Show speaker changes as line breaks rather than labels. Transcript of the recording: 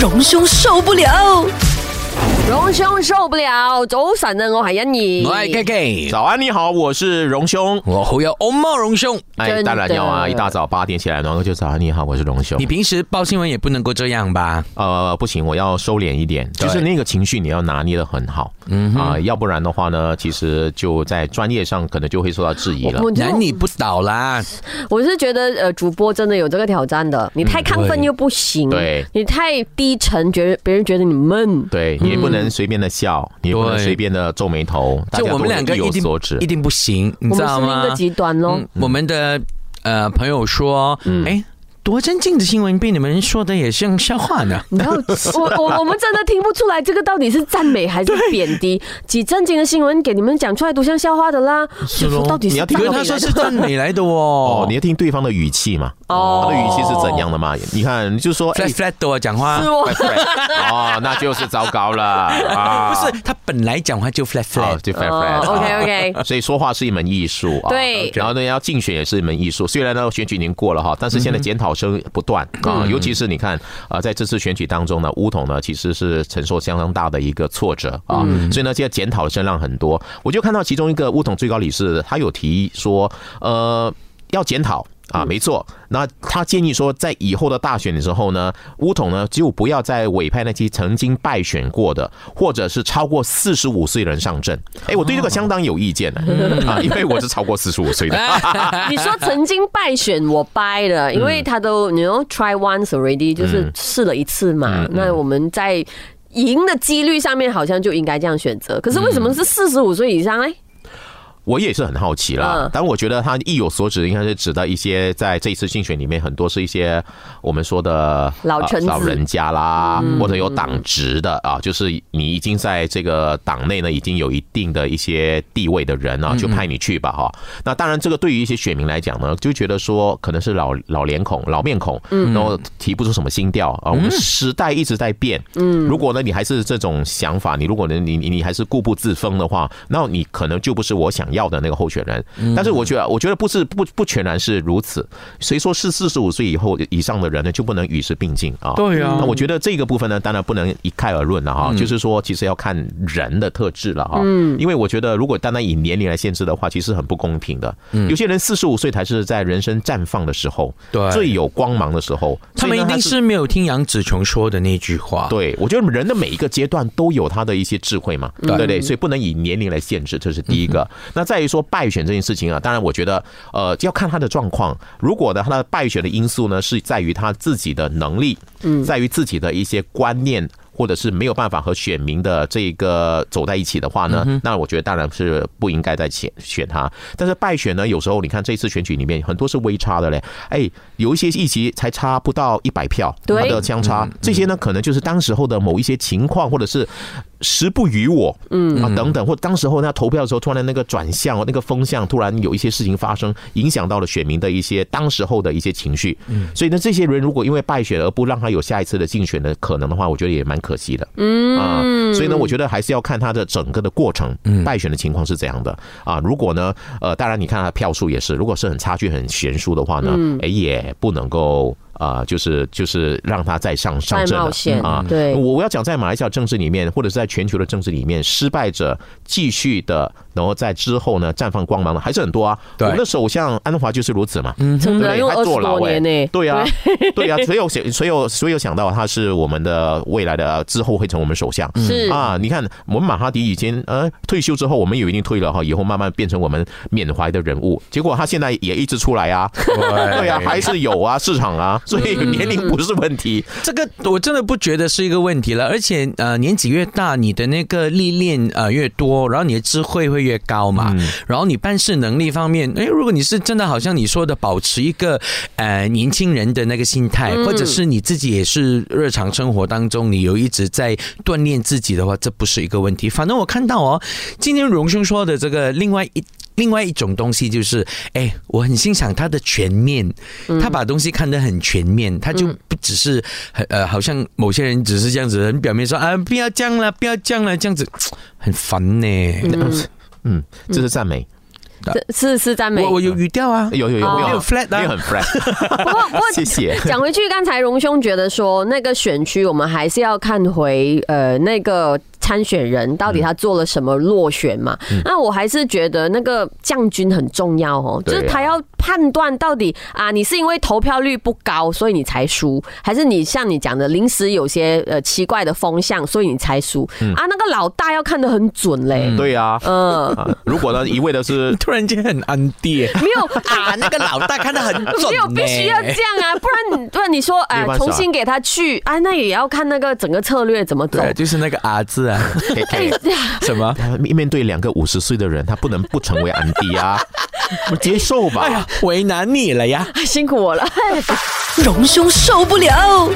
荣兄受不了。
榮兄受不了，早晨啊，我係欣怡，
我系 K K，
早安，你好，我是荣兄。
我好有欧茂荣兄。
真的
哎，当然要啊！一大早八点起来，然后就早安，你好，我是荣兄
你。平时报新闻也不能够这样吧？
呃，不行，我要收敛一点，
对
就是那个情绪你要拿捏的很好，嗯啊、要不然的话呢，其实就在专业上可能就会受到质疑了。
我就
男女不倒啦，
我是觉得呃，主播真的有这个挑战的，你太亢奋
对
又不行，
对
你太低沉，觉得别人觉得你闷。
对
嗯
你也不能随便的笑，你也不能
对
随便的皱眉头，大
就
家
我们
都
两个
意
一
有
定
所指
一。定不行，你
我
知
们
道
是另一
吗
个？极端咯，
嗯，我们的呃朋友说，
嗯
哎，多真静的新闻被你们说的也像笑话呢。
你知道，我我我们真的听不出来这个到底是赞美还是贬低。几正经的新闻给你们讲出来都像笑话的啦，
是咯
就到底是
你要听
赞
可
美
是
还
哦他说
是
是赞美来的哦
哦，，你要听对方的语气嘛，
哦
他的语气是怎样的嘛？你看，你就说
flat
哎
flat 的哦讲 话
是。哦，
哦，那就是糟 糕了啊！
不是，他本来讲话就 flat flat，
哦就 fat fat。
OK OK，
所以说话是一门艺术啊，
对
然后呢，要竞选也是一门艺术。虽然呢，选举已经过了哈，但是现在检讨声不断啊，尤其是你看啊，在这次选举当中呢，乌统呢其实是承受相当大的一个挫折啊，所以呢，现在检讨的声浪很多。我就看到其中一个乌统最高理事，他有提议说，呃，要检讨。啊，没错。那他建议说，在以后的大选的时候呢，乌统呢就不要再委派那些曾经败选过的，或者是超过四十五岁的人上阵。哎，我对这个相当有意见的、啊，因为我是超过四十五岁的。
你说曾经败选我掰了，因为他都
嗯
你 you know try once already，就是试了一次嘛。那我们在赢的几率上面好像就应该这样选择，可是为什
嗯
么是四十五岁以上哎嘞？
我也是很好奇啦
嗯，
但我觉得他意有所指，应该是指到一些在这一次竞选里面很多是一些我们说的
老
呃
臣子嗯
老人家啦，或者有党职的啊，就是你已经在这个党内呢已经有一定的一些地位的人
嗯
啊，就派你去吧哈。那当然，这个对于一些选民来讲呢，就觉得说可能是老老脸孔、老面孔，
嗯
然后提不出什么新调啊。我们时代一直在变，嗯，如果呢你还是这种想法，你如果呢你你你还是固步自封的话，那你可能就不是我想要的那个候选人。
嗯
但是我觉得，我觉得不是不不全然是如此。谁说是四十五岁以后以上的人呢就不能与时并进啊？
对嗯呀
那我觉得这个部分呢，当然不能一概而论了哈，就是说其实要看人的特质了哈。嗯，因为我觉得如果单单以年龄来限制的话，其实很不公平的。
嗯
有些人四十五岁才是在人生绽放的时候，
对
最有光芒的时候，
他们
所以
一
呢
定。是没有听杨紫琼说的那句话。
对，我觉得人的每一个阶段都有他的一些智慧嘛，
对
嗯对嗯不对？所以不能以年龄来限制，这是第一个。那在于说败选这件事情啊，当然我觉得呃要看他的状况。如果呢他的败选的因素呢是在于他自己的能力，嗯，在于自己的一些观念。或者是没有办法和选民的这个走在一起的话呢，那我觉得当然是不应该再选选他。但是败选呢，有时候你看这次选举里面很多是微差的嘞，哎，有一些议席才差不到一百票，
对
他的相差，这些呢可能就是当时候的某一些情况，或者是时不与我，嗯啊等等，或当时候那投票的时候，突然的那个转向，那个风向突然有一些事情发生，影响到了选民的一些当时候的一些情绪，嗯，所以呢，这些人如果因为败选而不让他有下一次的竞选的可能的话，我觉得也蛮可惜的，嗯啊，所以呢，我觉得还是要看他的整个的过程，败选的情况是怎样的啊，如果呢，呃，当然你看他的票数也是，如果是很差距很悬殊的话呢，哎也不能够。啊，就是就是让他再上上阵
冒
了
险
啊！
对
我我要讲在马来西亚政治里面，或者是在全球的政治里面，失败者继续的，然后在之后呢绽放光芒的还是很多啊。
对
我们的首相安华就是如此嘛，嗯，
真的用
对
二十
他坐牢
多
哎
年呢，
对啊，对啊，谁有谁谁有谁有想到他是我们的未来的之后会成我们首相？
是
啊，你看我们马哈迪以前呃退休之后，我们也已经退了哈，以后慢慢变成我们缅怀的人物，结果他现在也一直出 来啊， 对啊，还是有啊市场啊，所以
嗯
年龄不是问题。
这个我真的不觉得是一个问题了，而且呃，年纪越大，你的那个历练呃越多，然后你的智慧会越高
嗯
嘛，然后你办事能力方面，哎，如果你是真的好像你说的，保持一个呃年轻人的那个心态，或者是你自己也是日常生活当中你有一直在锻炼自己的话，这不是一个问题。反正我看到哦，今天荣兄说的这个另外一。另外一种东西就是，哎，我很欣赏他的全面，他把东西看得很全面，他就不只是很呃，好像某些人只是这样子，很表面说啊，不要这样了，不要这样了，这样子很烦呢。
嗯，这是赞美。
是是是赞美
我。我有语调啊，
有有有，
哦
没
没
有
有 flat 啊
没有很 flat。
不过不过
谢谢。
讲回去，刚才荣兄觉得说那个选区，我们还是要看回呃那个参选人到底他做了什么落选嘛。
嗯
那我还是觉得那个将军很重要哦，就
对啊
是他要判断到底啊，你是因为投票率不高所以你才输，还是你像你讲的临时有些呃奇怪的风向所以你才输
嗯
啊？那个老大要看得很准嘞，
对啊，
嗯。
啊如果呢一味 的是
突然间很安定
没有 啊，
啊，那个老大看得很 准、
没有必须要这样啊，不然你不然你说
没
哎、
有办法
重新给他去啊，那也要看那个整个策略怎么走。
对，就是那个啊字 啊，
哎呀
什么？
他面面对两个五十岁的人，他不能不成为安 迪啊，接受
哎
吧。
哎呀，为难你了呀。
辛苦我了。
荣兄受不了。